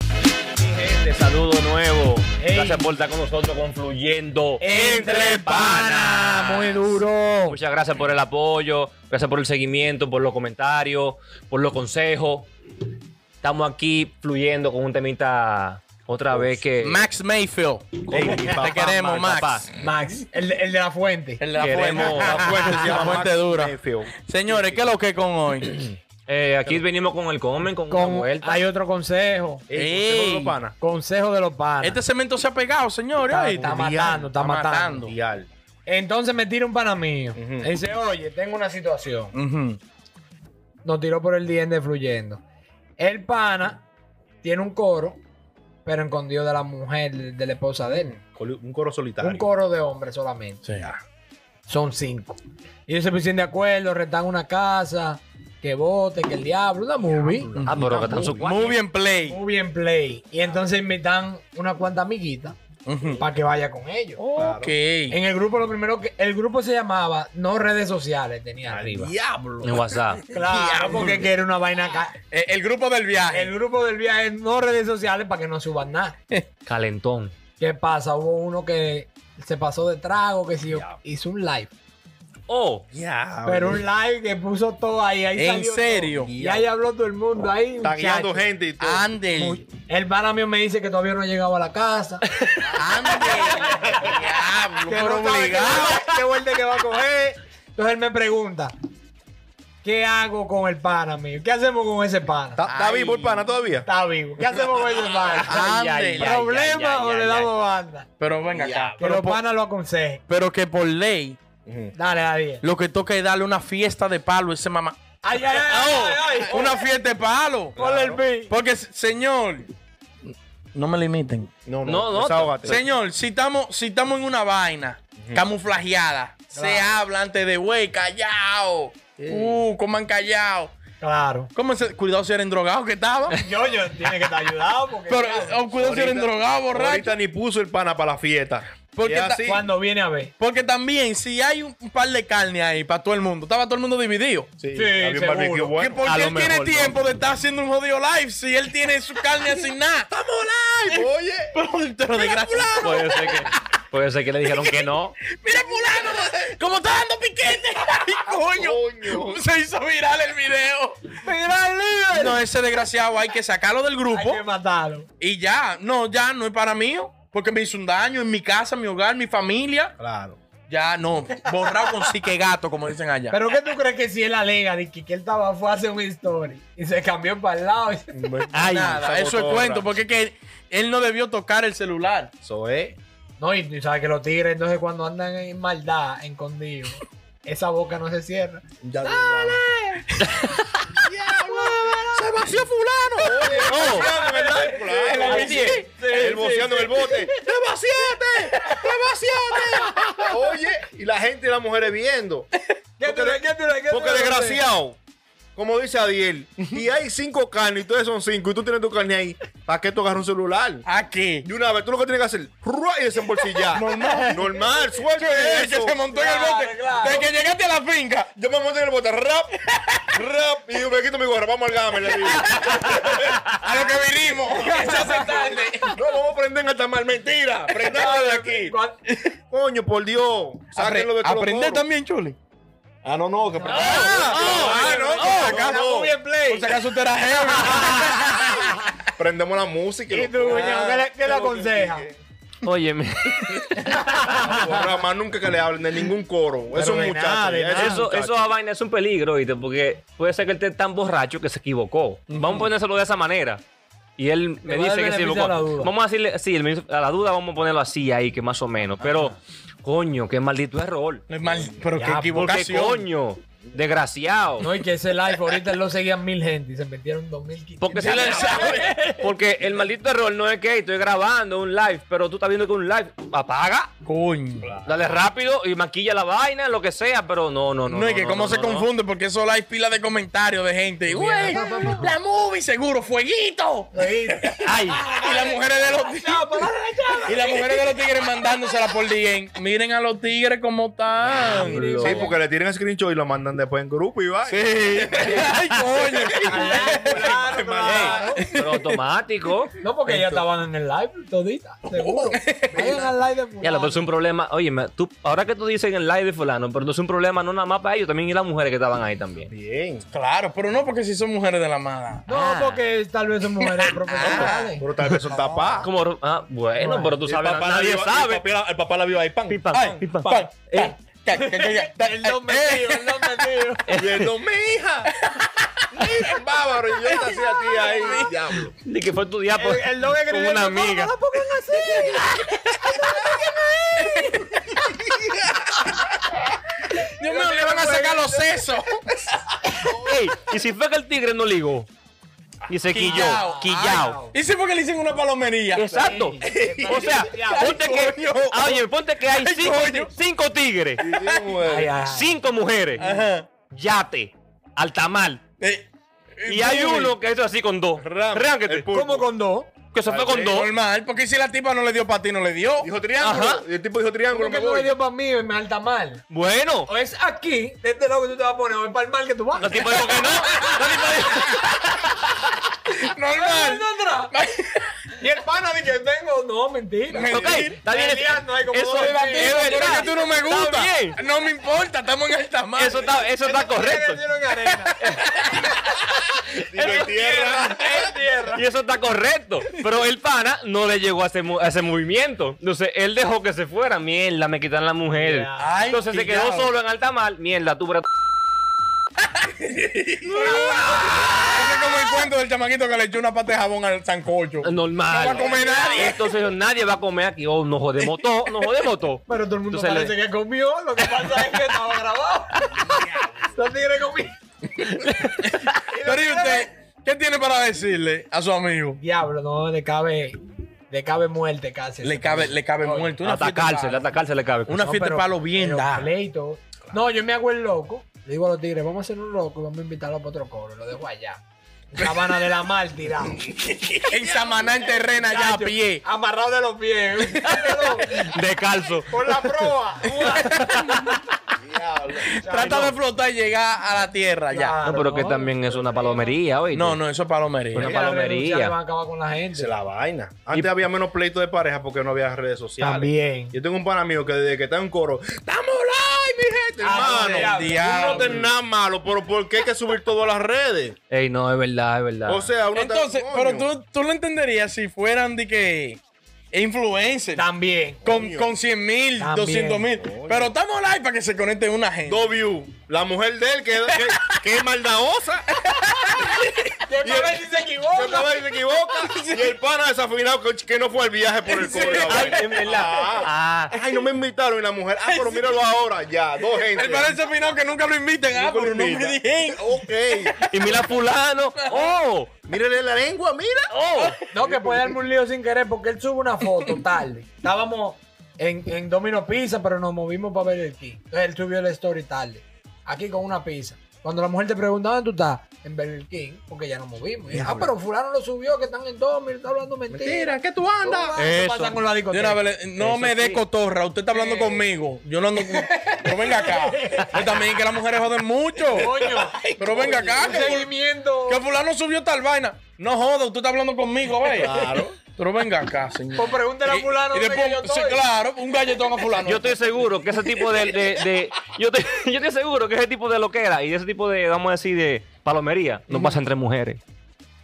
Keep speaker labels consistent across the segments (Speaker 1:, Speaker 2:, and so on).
Speaker 1: Mi gente, saludo nuevo.
Speaker 2: Ey.
Speaker 1: Gracias por estar con nosotros confluyendo.
Speaker 2: Entre
Speaker 1: Panas.
Speaker 2: Muy duro.
Speaker 1: Muchas gracias por el apoyo, gracias por el seguimiento, por los comentarios, por los consejos. Estamos aquí fluyendo con un temita otra
Speaker 2: Pues,
Speaker 1: vez que...
Speaker 3: Max Mayfield. Te queremos, Max.
Speaker 2: Max, el, el de la fuente.
Speaker 3: El de la
Speaker 1: Queremos-
Speaker 3: fuente.
Speaker 1: la
Speaker 4: fuente se
Speaker 3: La
Speaker 4: llama
Speaker 3: fuente
Speaker 4: Max
Speaker 3: dura.
Speaker 4: Mayfield.
Speaker 3: Señores, ¿qué es lo que con hoy?
Speaker 1: Eh, aquí venimos con el comen, con, una
Speaker 2: Con,
Speaker 1: vuelta.
Speaker 2: hay otro consejo.
Speaker 4: Ey,
Speaker 3: Ey.
Speaker 4: ¿consejo de los panas?
Speaker 2: Consejo de los panas.
Speaker 3: Este cemento se ha pegado, señores.
Speaker 2: Está-
Speaker 3: ahí.
Speaker 2: está matando, está matando.
Speaker 4: Mundial.
Speaker 2: Entonces me tira un pana mío.
Speaker 4: Ujú.
Speaker 2: Dice, oye, tengo una situación.
Speaker 3: Ujú.
Speaker 2: Nos tiró por el diente fluyendo. El pana tiene un coro, pero escondido de la mujer, de la esposa de él.
Speaker 4: Col- Un coro solitario.
Speaker 2: Un coro de hombres solamente.
Speaker 3: Sí.
Speaker 2: Son cinco. Y ellos se pusieron de acuerdo, rentan una casa, que vote, que el diablo, una movie.
Speaker 1: Ah, pero que están su
Speaker 3: Muy bien play.
Speaker 2: Muy bien play. Y entonces invitan una cuanta amiguita
Speaker 3: Ujú.
Speaker 2: para que vaya con ellos.
Speaker 3: Ok.
Speaker 2: Oh, En el grupo, lo primero que. El grupo se llamaba No Redes Sociales, tenía arriba.
Speaker 4: Diablo.
Speaker 1: En WhatsApp.
Speaker 2: Claro, porque que era una vaina. ca-
Speaker 3: Eh, El grupo del viaje.
Speaker 2: El grupo del viaje No Redes Sociales para que no suban nada.
Speaker 1: Calentón.
Speaker 2: ¿Qué pasa? Hubo uno que se pasó de trago, que si hizo un live.
Speaker 1: Oh,
Speaker 4: Diablo.
Speaker 2: Pero un live que puso todo ahí. ahí
Speaker 3: ¿En
Speaker 2: salió todo.
Speaker 3: serio?
Speaker 2: Y ahí habló todo el mundo ahí.
Speaker 4: Está guiando
Speaker 2: muchacho.
Speaker 4: gente y todo.
Speaker 3: Andel.
Speaker 2: El pana mío me dice que todavía no ha llegado a la casa.
Speaker 3: Andel. Diablo.
Speaker 2: que
Speaker 3: Pero
Speaker 2: no sabe qué
Speaker 3: obligado.
Speaker 2: vuelta- qué vuelta que va a coger. Entonces él me pregunta, ¿qué hago con el pana mío? ¿Qué hacemos con ese pana?
Speaker 4: ¿Está, está
Speaker 3: Ay.
Speaker 4: vivo el pana todavía?
Speaker 2: Está vivo. ¿Qué hacemos con ese pana?
Speaker 3: Ay, ay, ay,
Speaker 2: ¿Problema
Speaker 1: ay,
Speaker 2: o
Speaker 1: ay,
Speaker 2: le
Speaker 1: ay,
Speaker 2: damos banda?
Speaker 3: Pero venga acá.
Speaker 2: Que los
Speaker 3: Pero, por-
Speaker 2: panas lo aconsejen.
Speaker 3: pero que por ley,
Speaker 4: Ujú.
Speaker 2: Dale, Daniel.
Speaker 3: lo que toca es darle una fiesta de palo a ese mamá.
Speaker 2: Ay, ay, ay,
Speaker 3: Oh.
Speaker 2: ay, ay, ay.
Speaker 3: Una fiesta de palo.
Speaker 2: Ponle el beat.
Speaker 3: Porque, s- señor. No me limiten.
Speaker 4: No,
Speaker 1: No, no,
Speaker 4: desahógate.
Speaker 3: Señor, si estamos, si estamos en una vaina camuflajeada, se habla antes de wey, callao. Uh, coman callao.
Speaker 2: Claro.
Speaker 3: ¿Cómo se, cuidado si eres drogado que estaba.
Speaker 2: Yo, yo, tiene que estar ayudado porque
Speaker 3: Pero,
Speaker 2: claro,
Speaker 3: oh, cuidado si eres
Speaker 4: Ahorita-
Speaker 3: drogado, borracho.
Speaker 4: Ahorita ni puso el pana para la fiesta.
Speaker 3: Porque
Speaker 4: Y
Speaker 3: está-
Speaker 4: así,
Speaker 2: cuando viene a ver.
Speaker 3: Porque también, si hay un par de carne ahí para todo el mundo, estaba todo el mundo dividido.
Speaker 4: Sí,
Speaker 2: Sí,
Speaker 4: había un
Speaker 2: seguro.
Speaker 4: barbecue
Speaker 3: Que
Speaker 4: bueno.
Speaker 3: porque
Speaker 1: a lo
Speaker 3: él tiene
Speaker 1: mejor no.
Speaker 3: tiempo de estar haciendo un jodido live si él tiene su carne asignada. ¡Estamos live!
Speaker 4: Oye,
Speaker 3: Pero, pero de gracia.
Speaker 1: puede ser que, puede ser que le dijeron que no.
Speaker 3: ¡Mira, fulano! ¡Cómo está dando piquete! ¡Ay, coño!
Speaker 4: Coño.
Speaker 3: Se hizo viral el video. No, ese desgraciado hay que sacarlo del
Speaker 2: Hay
Speaker 3: grupo
Speaker 2: que matarlo.
Speaker 3: y ya. No, ya no es para mí. Porque me hizo un daño en mi casa, mi hogar, mi familia.
Speaker 4: claro.
Speaker 3: Ya no. Borrado con sí que gato, como dicen allá.
Speaker 2: Pero ¿qué tú crees que si él alega de que, que él estaba fue a hacer un story y se cambió para el lado?
Speaker 1: Ay,
Speaker 3: Nada, eso es cuento. Porque es que él no debió tocar el celular.
Speaker 4: Eso es.
Speaker 2: No, y tú sabes que los tigres entonces cuando andan en maldad, escondidos, esa boca no se cierra.
Speaker 4: Ya
Speaker 3: ¡Se vació fulano!
Speaker 4: Claro,
Speaker 2: Sí,
Speaker 4: oye,
Speaker 2: sí,
Speaker 4: el boceando en el bote.
Speaker 3: ¡Te vaciaste! ¡Te vaciaste!
Speaker 4: Oye, y la gente y las mujeres viendo.
Speaker 2: ¿Qué tú le- qué tú le- qué tú
Speaker 4: Porque
Speaker 2: le-
Speaker 4: desgraciado, como dice Adiel, y hay cinco carnes y ustedes son cinco y tú tienes tu carne ahí, ¿para qué tú agarras un celular?
Speaker 3: Aquí.
Speaker 4: Y una vez, tú lo que tienes que hacer, ¡ruah! y desembolsillar. Normal. Normal, suelta
Speaker 3: Eh, que
Speaker 4: eso.
Speaker 3: se montó
Speaker 2: Claro,
Speaker 3: en el bote.
Speaker 2: claro.
Speaker 3: Desde que llegaste a la finca.
Speaker 4: Yo me monto en el bote, rap, rap, y me quito mi gorra, vamos al game, le digo.
Speaker 3: A lo que vinimos. Ya se tarde.
Speaker 4: No, vamos a prender en mal, mentira, prendala de aquí.
Speaker 2: Cuan-
Speaker 4: Coño, por Dios, sáquenlo de todo
Speaker 3: Aprender también, Chuli.
Speaker 4: Ah, no, no, que aprender.
Speaker 3: Ah, no,
Speaker 4: Ah,
Speaker 3: acá
Speaker 4: no,
Speaker 3: muy
Speaker 4: no.
Speaker 3: bien play. Por si acaso usted era
Speaker 4: Prendemos la música.
Speaker 2: ¿Y tú,
Speaker 4: lo-
Speaker 2: Muñoz, qué le- qué le
Speaker 4: Ah,
Speaker 2: aconseja?
Speaker 4: que-
Speaker 1: Óyeme.
Speaker 4: Ahora más nunca que le hablen de ningún coro. Eso
Speaker 2: de
Speaker 4: es muchacho.
Speaker 2: nada, de
Speaker 4: ya,
Speaker 2: nada.
Speaker 4: es
Speaker 1: Eso,
Speaker 4: Ah, muchacho.
Speaker 1: eso a vaina es un peligro, ¿oíste? porque puede ser que él esté tan borracho que se equivocó. Vamos a ponérselo de esa manera. Y él me
Speaker 2: Le va a dar
Speaker 1: dice que se
Speaker 2: beneficio
Speaker 1: equivocó.
Speaker 2: a la duda.
Speaker 1: Vamos a decirle, sí, el beneficio- a la duda vamos a ponerlo así ahí, que más o menos. Pero, coño, qué maldito error.
Speaker 3: Pero qué
Speaker 1: Ya, porque,
Speaker 3: equivocación.
Speaker 1: coño. Desgraciado.
Speaker 2: No, y que ese live ahorita lo seguían mil gente y se metieron 2500.
Speaker 1: Porque,
Speaker 3: Dile
Speaker 1: se-
Speaker 3: él sabe.
Speaker 1: porque el maldito error no es que estoy grabando un live, pero tú estás viendo que un live apaga,
Speaker 3: Coño.
Speaker 1: dale rápido y maquilla la vaina, lo que sea, pero no, no, no.
Speaker 3: No, es que cómo
Speaker 1: no,
Speaker 3: se
Speaker 1: no, no.
Speaker 3: confunde, porque eso hay pila de comentarios de gente. Güey, la movie, seguro, fueguito.
Speaker 1: Ay,
Speaker 3: Y las mujeres de los tigres. Y las mujeres de los tigres mandándosela por DM. Miren a los tigres cómo están.
Speaker 1: Diablo.
Speaker 4: Sí, porque le tienen screenshot y lo mandan después en grupo y va.
Speaker 3: Ay, coño.
Speaker 1: ey, pero automático.
Speaker 2: No, porque ya estaban en el live todita, seguro. Vayan al live de
Speaker 1: Ya, lo pero
Speaker 2: fulano.
Speaker 1: es un problema. Oye, me- tú, ahora que tú dices en el live de fulano, pero no es un problema no nada más para ellos, también y las mujeres que estaban ahí también.
Speaker 4: Bien.
Speaker 3: Claro, pero no porque si son mujeres de la mala.
Speaker 2: No,
Speaker 1: Ah.
Speaker 2: porque tal vez son mujeres profesionales.
Speaker 4: Pero tal vez son tapadas.
Speaker 1: Como, ah, bueno, pero tú
Speaker 4: El
Speaker 1: sabes,
Speaker 4: papá la
Speaker 1: nadie
Speaker 4: vio-
Speaker 1: sabe.
Speaker 4: El papá, el papá la vio ahí, pan.
Speaker 1: Pipa,
Speaker 3: Ay,
Speaker 1: pipa.
Speaker 3: pan,
Speaker 1: Eh,
Speaker 3: pan, ca- ca- ca- eh, ca-
Speaker 2: El nombre tío, el nombre tío.
Speaker 4: Y el don, mi hija. Miren, bárbaro. Y yo te hacía a ti ahí. Diablo.
Speaker 1: Ni que fue tu día por-
Speaker 2: El nombre
Speaker 1: con una amiga.
Speaker 2: No lo pongan así.
Speaker 3: Dios mío, le van a sacar los sesos.
Speaker 1: Ey, y si fue que el tigre no ligó. Y se quilló.
Speaker 3: Quillao.
Speaker 1: Quillao.
Speaker 3: Y sí, porque le hicieron una palomería.
Speaker 1: Exacto. O sea, ponte que.
Speaker 3: coño.
Speaker 1: Ah, Oye, ponte que hay cinco,
Speaker 3: coño.
Speaker 1: cinco tigres,
Speaker 2: Ay, ay.
Speaker 1: cinco mujeres,
Speaker 3: Ajá.
Speaker 1: yate, altamal.
Speaker 3: Eh,
Speaker 1: Y hay
Speaker 3: movie.
Speaker 1: uno que hizo así con dos.
Speaker 4: Ram,
Speaker 1: Ránquete.
Speaker 4: el pulpo.
Speaker 2: ¿Cómo con dos?
Speaker 1: Que se fue con dos.
Speaker 3: Normal, porque si la tipa no le dio para ti, no le dio.
Speaker 4: Dijo triángulo.
Speaker 1: Ajá.
Speaker 4: Y el tipo dijo
Speaker 2: ¿Por
Speaker 4: triángulo.
Speaker 2: qué
Speaker 4: Me
Speaker 2: no me
Speaker 4: voy.
Speaker 2: dio para mí y me alta mal?
Speaker 1: Bueno.
Speaker 2: O es aquí, de este lado que tú te vas a poner, o es para el mal que tú vas.
Speaker 1: La tipa dijo que no. La tipa dijo-
Speaker 3: Normal.
Speaker 2: Y el pana dice, tengo, no, mentira.
Speaker 3: Me-
Speaker 1: Ok, está bien.
Speaker 2: Peleando ahí como
Speaker 1: Eso
Speaker 2: dos
Speaker 1: es
Speaker 2: bandidos,
Speaker 3: Es
Speaker 1: verdad.
Speaker 3: verdad que tú no me
Speaker 1: Está
Speaker 3: gusta.
Speaker 1: bien.
Speaker 3: No me importa, estamos en alta mar.
Speaker 1: Eso está, eso está correcto.
Speaker 2: en arena.
Speaker 4: Dijo en tierra.
Speaker 2: en tierra.
Speaker 1: Y eso está correcto. Pero el pana no le llegó a ese, mu- a ese movimiento. Entonces él dejó que se fuera. Mierda, me quitan la mujer.
Speaker 2: Ya.
Speaker 3: Ay,
Speaker 1: Entonces se quedó
Speaker 3: pillao.
Speaker 1: solo en alta mar. Mierda, tú, pero.
Speaker 3: Ese es como el cuento del chamaquito que le echó una pata de jabón al sancocho.
Speaker 1: Normal.
Speaker 3: No va a comer nadie.
Speaker 1: Entonces nadie va a comer aquí. Oh, nos jodemos todo. Nos jodemos todo.
Speaker 2: Pero todo el mundo
Speaker 1: Entonces,
Speaker 2: parece que comió, lo que pasa es que estaba grabado. Los tigres comieron.
Speaker 3: Pero ¿y usted qué tiene para decirle a su amigo?
Speaker 2: Diablo, no, le cabe, le cabe muerte casi.
Speaker 3: Le cabe, le cabe muerto. Una fiesta de
Speaker 1: Atacarse,
Speaker 3: palo.
Speaker 1: atacarse le cabe.
Speaker 3: Una fiesta de palo bien da.
Speaker 2: pleito. No, yo me hago el loco. Le digo a los tigres, vamos a hacer un loco y vamos a invitarlo para otro coro. Lo dejo allá. Cabana de la mal tirado.
Speaker 3: En Samaná, en terrena, ya a pie.
Speaker 2: Amarrado de los pies.
Speaker 1: Descalzo.
Speaker 2: Por la proa.
Speaker 3: Trata de flotar y llegar a la tierra ya.
Speaker 1: No, pero que también es una palomería hoy.
Speaker 3: No, no, eso es
Speaker 1: Una
Speaker 3: palomería.
Speaker 1: Mira, palomería.
Speaker 2: Van a acabar con la gente.
Speaker 4: Se la vaina. Antes había menos pleitos de pareja porque no había redes sociales.
Speaker 2: También.
Speaker 4: Yo tengo un pana mío que desde que está en coro, ¡Estamos live, mi gente,
Speaker 2: Ah,
Speaker 4: hermano!
Speaker 3: diablo.
Speaker 4: Uno no es nada malo, pero ¿por qué hay que subir todas las redes?
Speaker 1: Ey, no, es verdad, es verdad.
Speaker 4: O sea, uno está-
Speaker 3: Entonces,
Speaker 4: coño.
Speaker 3: pero tú, tú lo entenderías si fueran de que influencers.
Speaker 2: También.
Speaker 3: Con, con 100 mil,
Speaker 2: También.
Speaker 3: 200 mil. Pero estamos live para que se conecte una gente.
Speaker 4: Dos views. La mujer de él, que, que, que es maldadosa.
Speaker 2: Y a ver si se
Speaker 4: que
Speaker 2: equivoca.
Speaker 4: acaba y se equivoca. Y el pana desafinado que, que no fue al viaje por el coro. la
Speaker 1: Ay,
Speaker 4: vaina.
Speaker 1: es verdad. Ah,
Speaker 4: Ay, no me invitaron. Y la mujer, ah, pero míralo ahora, ya. Dos gente.
Speaker 3: El parece opinado que nunca lo inviten. Ah,
Speaker 4: Nunca lo
Speaker 3: pero no me
Speaker 4: invita.
Speaker 3: dijeron.
Speaker 4: Ok.
Speaker 1: y mira fulano. Oh,
Speaker 4: Mírale la lengua, mira.
Speaker 1: oh.
Speaker 2: No, que puede darme un lío sin querer porque él sube una foto tarde. Estábamos en, en Domino Pizza, pero nos movimos para ver el King. Entonces él subió la story tarde. Aquí con una pizza. Cuando la mujer te pregunta dónde tú estás, en Burger King, porque ya nos movimos. Y, ah, pero fulano lo subió, que están en Domino, está hablando mentira.
Speaker 4: Mira, ¿qué tú andas?
Speaker 2: Eso.
Speaker 1: Eso.
Speaker 2: pasa con la
Speaker 3: De
Speaker 2: discoteca.
Speaker 3: una vez, no
Speaker 1: Eso
Speaker 3: me dé
Speaker 1: sí.
Speaker 3: cotorra, usted está hablando conmigo. Yo no ando con. Pero venga acá. Pero también que las mujeres joden mucho.
Speaker 2: Coño.
Speaker 3: Pero venga acá,
Speaker 2: Un
Speaker 3: que, ful-
Speaker 2: seguimiento.
Speaker 3: que fulano subió tal vaina. No joda, usted está hablando conmigo, ve. Claro. Pero venga acá, señor.
Speaker 2: Pues pregúntale a
Speaker 3: Y-
Speaker 2: fulano
Speaker 3: Y,
Speaker 2: dónde
Speaker 3: después,
Speaker 2: que yo
Speaker 3: sí,
Speaker 2: estoy.
Speaker 3: claro, un galletón a fulano.
Speaker 1: Yo estoy seguro que ese tipo de. de- de- yo, estoy, yo estoy seguro que ese tipo de loquera y ese tipo de, vamos a decir, de palomería no pasa entre mujeres.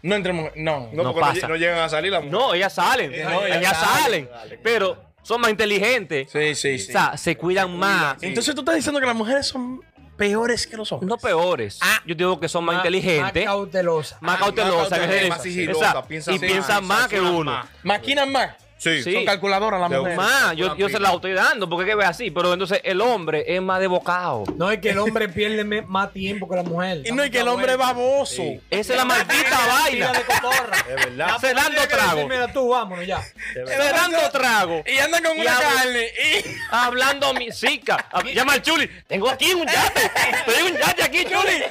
Speaker 3: No entre mujeres. No.
Speaker 4: No,
Speaker 1: No
Speaker 4: porque no
Speaker 1: pasa.
Speaker 4: lle- no llegan a salir las mujeres.
Speaker 1: No, ellas salen.
Speaker 3: No,
Speaker 1: ellas
Speaker 3: ellas
Speaker 1: salen. Pero son más inteligentes.
Speaker 3: Sí, sí, sí.
Speaker 1: O sea, se cuidan más.
Speaker 3: Entonces tú estás diciendo que las mujeres son peores que los hombres.
Speaker 1: No peores. Yo digo que son más, inteligentes.
Speaker 2: Más cautelosa.
Speaker 1: más
Speaker 3: más
Speaker 1: cautelosas,
Speaker 3: cautelosas,
Speaker 1: que
Speaker 3: más
Speaker 1: se-
Speaker 4: sigilosas,
Speaker 1: Exacto.
Speaker 4: piensan
Speaker 1: y
Speaker 4: más,
Speaker 1: piensan más que
Speaker 4: accionan
Speaker 1: uno.
Speaker 4: más.
Speaker 3: Maquinan más.
Speaker 4: Sí.
Speaker 1: Sí.
Speaker 3: Son calculadoras las
Speaker 4: De
Speaker 3: mujeres.
Speaker 1: Más, yo, yo se la
Speaker 4: Vampiro.
Speaker 1: estoy dando porque es que ve así. Pero entonces el hombre es más de bocado.
Speaker 2: No es que el hombre pierde me- más tiempo que la mujer.
Speaker 3: Y no es que el
Speaker 2: Estamos
Speaker 3: hombre es
Speaker 2: vueltos.
Speaker 3: baboso.
Speaker 4: Sí.
Speaker 1: Esa es la maldita
Speaker 2: Tira
Speaker 1: vaina.
Speaker 2: de cotorra.
Speaker 4: Es verdad.
Speaker 1: Se dando
Speaker 2: Tienes que
Speaker 1: trago.
Speaker 2: decir, Mira tú, vámonos ya.
Speaker 3: Pero
Speaker 1: Se dando trago.
Speaker 3: Y anda con
Speaker 1: Y
Speaker 3: una
Speaker 1: habla-
Speaker 3: carne. Y...
Speaker 1: Hablando mi chica. Hab- Llama al Chuli. Tengo aquí un yate. Tengo un yate aquí, Chuli.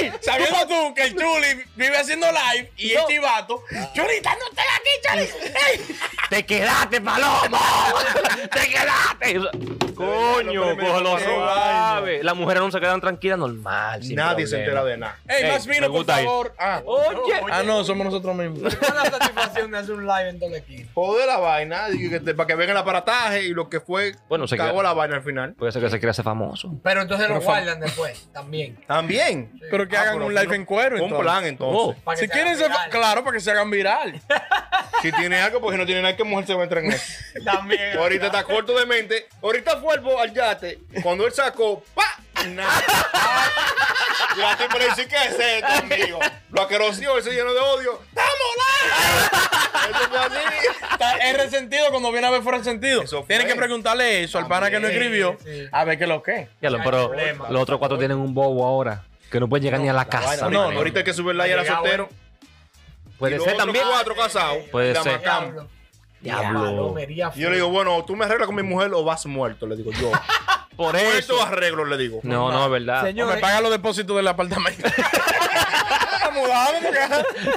Speaker 1: Ey,
Speaker 3: Sabiendo tú que el Chuli vive haciendo live y
Speaker 1: No.
Speaker 3: el chivato. Chuli, ¿estando usted aquí, Chuli? ¡Ey!
Speaker 1: Te quedaste, palomo. Te quedaste.
Speaker 4: Lo
Speaker 1: Coño,
Speaker 4: primero,
Speaker 1: cógelo
Speaker 4: qué
Speaker 1: suave. Las mujeres no se quedan tranquilas normal. sin
Speaker 4: Nadie se
Speaker 1: problema.
Speaker 4: entera de nada.
Speaker 3: ¡Ey,
Speaker 1: Ey,
Speaker 3: más
Speaker 1: me
Speaker 3: vino, por
Speaker 1: gusta ahí.
Speaker 3: favor! Ah.
Speaker 1: Oye.
Speaker 3: ah, no, somos nosotros mismos.
Speaker 2: ¿Cuál es la satisfacción de hacer un live en todo el equipo?
Speaker 4: Joder la vaina, y que te- para que venga el aparataje y lo que fue,
Speaker 1: Bueno, se
Speaker 4: cagó
Speaker 1: queda-
Speaker 4: la vaina al final.
Speaker 1: Puede ser que se quiera hacer famoso.
Speaker 2: Pero entonces lo
Speaker 3: Por favor.
Speaker 2: guardan después también.
Speaker 4: También.
Speaker 3: Pero que
Speaker 4: Ah,
Speaker 3: hagan
Speaker 4: pero
Speaker 3: un
Speaker 4: fue
Speaker 3: live en cuero.
Speaker 4: Un
Speaker 3: entonces.
Speaker 4: plan,
Speaker 1: Oh.
Speaker 4: entonces.
Speaker 2: Para que
Speaker 3: Si
Speaker 2: se
Speaker 3: quieren
Speaker 2: hagan
Speaker 3: ser.
Speaker 2: viral.
Speaker 3: Claro, para que se hagan viral.
Speaker 4: Si tiene algo, porque no tiene nada que mujer se va a entrar en eso.
Speaker 2: También.
Speaker 4: Ahorita está corto de mente. Ahorita fue el bo- al yate. Cuando él sacó, ¡pa! Nada. Y la tipa le dice, ¿qué es esto, amigo? Lo aquerosió, ese lleno de odio. ¡Estamos live! Eso fue así.
Speaker 3: Está- es resentido cuando viene a ver fuera sentido.
Speaker 4: Eso fue.
Speaker 3: Tienen que preguntarle eso al pana que no
Speaker 4: También,
Speaker 3: escribió.
Speaker 2: sí.
Speaker 3: A ver qué lo que.
Speaker 1: Ya lo, pero
Speaker 2: problema.
Speaker 1: los otros cuatro tienen un bobo ahora. Que no pueden llegar ni a la casa.
Speaker 4: Vaina,
Speaker 3: no,
Speaker 4: ahorita, ahorita hay que subir la era
Speaker 2: Llegado,
Speaker 4: soltero.
Speaker 1: Puede
Speaker 4: Y los
Speaker 1: ser
Speaker 4: otros
Speaker 1: también.
Speaker 4: cuatro casados.
Speaker 1: Puede
Speaker 4: la
Speaker 1: ser.
Speaker 4: macam.
Speaker 2: Diablo.
Speaker 1: Diablo.
Speaker 2: Palomería
Speaker 4: Y yo le digo, bueno, tú me arreglas con mi mujer o vas muerto, le digo yo.
Speaker 1: Por
Speaker 4: Muerto
Speaker 1: eso.
Speaker 4: arreglo, le digo.
Speaker 1: No, no, es verdad.
Speaker 3: O me
Speaker 2: Señores,
Speaker 3: pagan los depósitos del apartamento. Mudado, porque-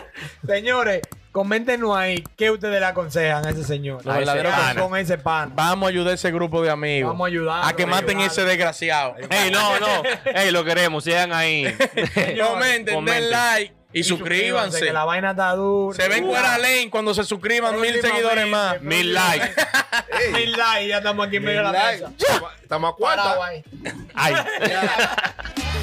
Speaker 2: señores, coméntenos ahí qué ustedes le aconsejan a ese señor.
Speaker 3: Los
Speaker 2: A ese
Speaker 3: verdaderos
Speaker 2: pana.
Speaker 3: panas.
Speaker 2: Con ese pan.
Speaker 3: Vamos a ayudar a ese grupo de amigos.
Speaker 2: Vamos a ayudarlo,
Speaker 3: A que
Speaker 2: vamos a
Speaker 3: maten
Speaker 2: ayudarlo.
Speaker 3: ese desgraciado.
Speaker 1: Ey, no, no. Ey, lo queremos. Sigan ahí.
Speaker 3: Comenten, den
Speaker 1: Comenten.
Speaker 3: like y, suscríbanse.
Speaker 2: Que la Uh. vaina está dura.
Speaker 3: Se
Speaker 4: Uh,
Speaker 3: ven
Speaker 2: Dura.
Speaker 3: fuera lane cuando se suscriban mil
Speaker 2: Últimamente,
Speaker 3: seguidores más.
Speaker 1: Mil likes.
Speaker 4: Ey,
Speaker 2: Mil likes, ya estamos aquí en medio de la
Speaker 4: like.
Speaker 2: mesa.
Speaker 4: Estamos a
Speaker 2: Parado
Speaker 4: cuarta.
Speaker 2: ahí.
Speaker 1: Ay.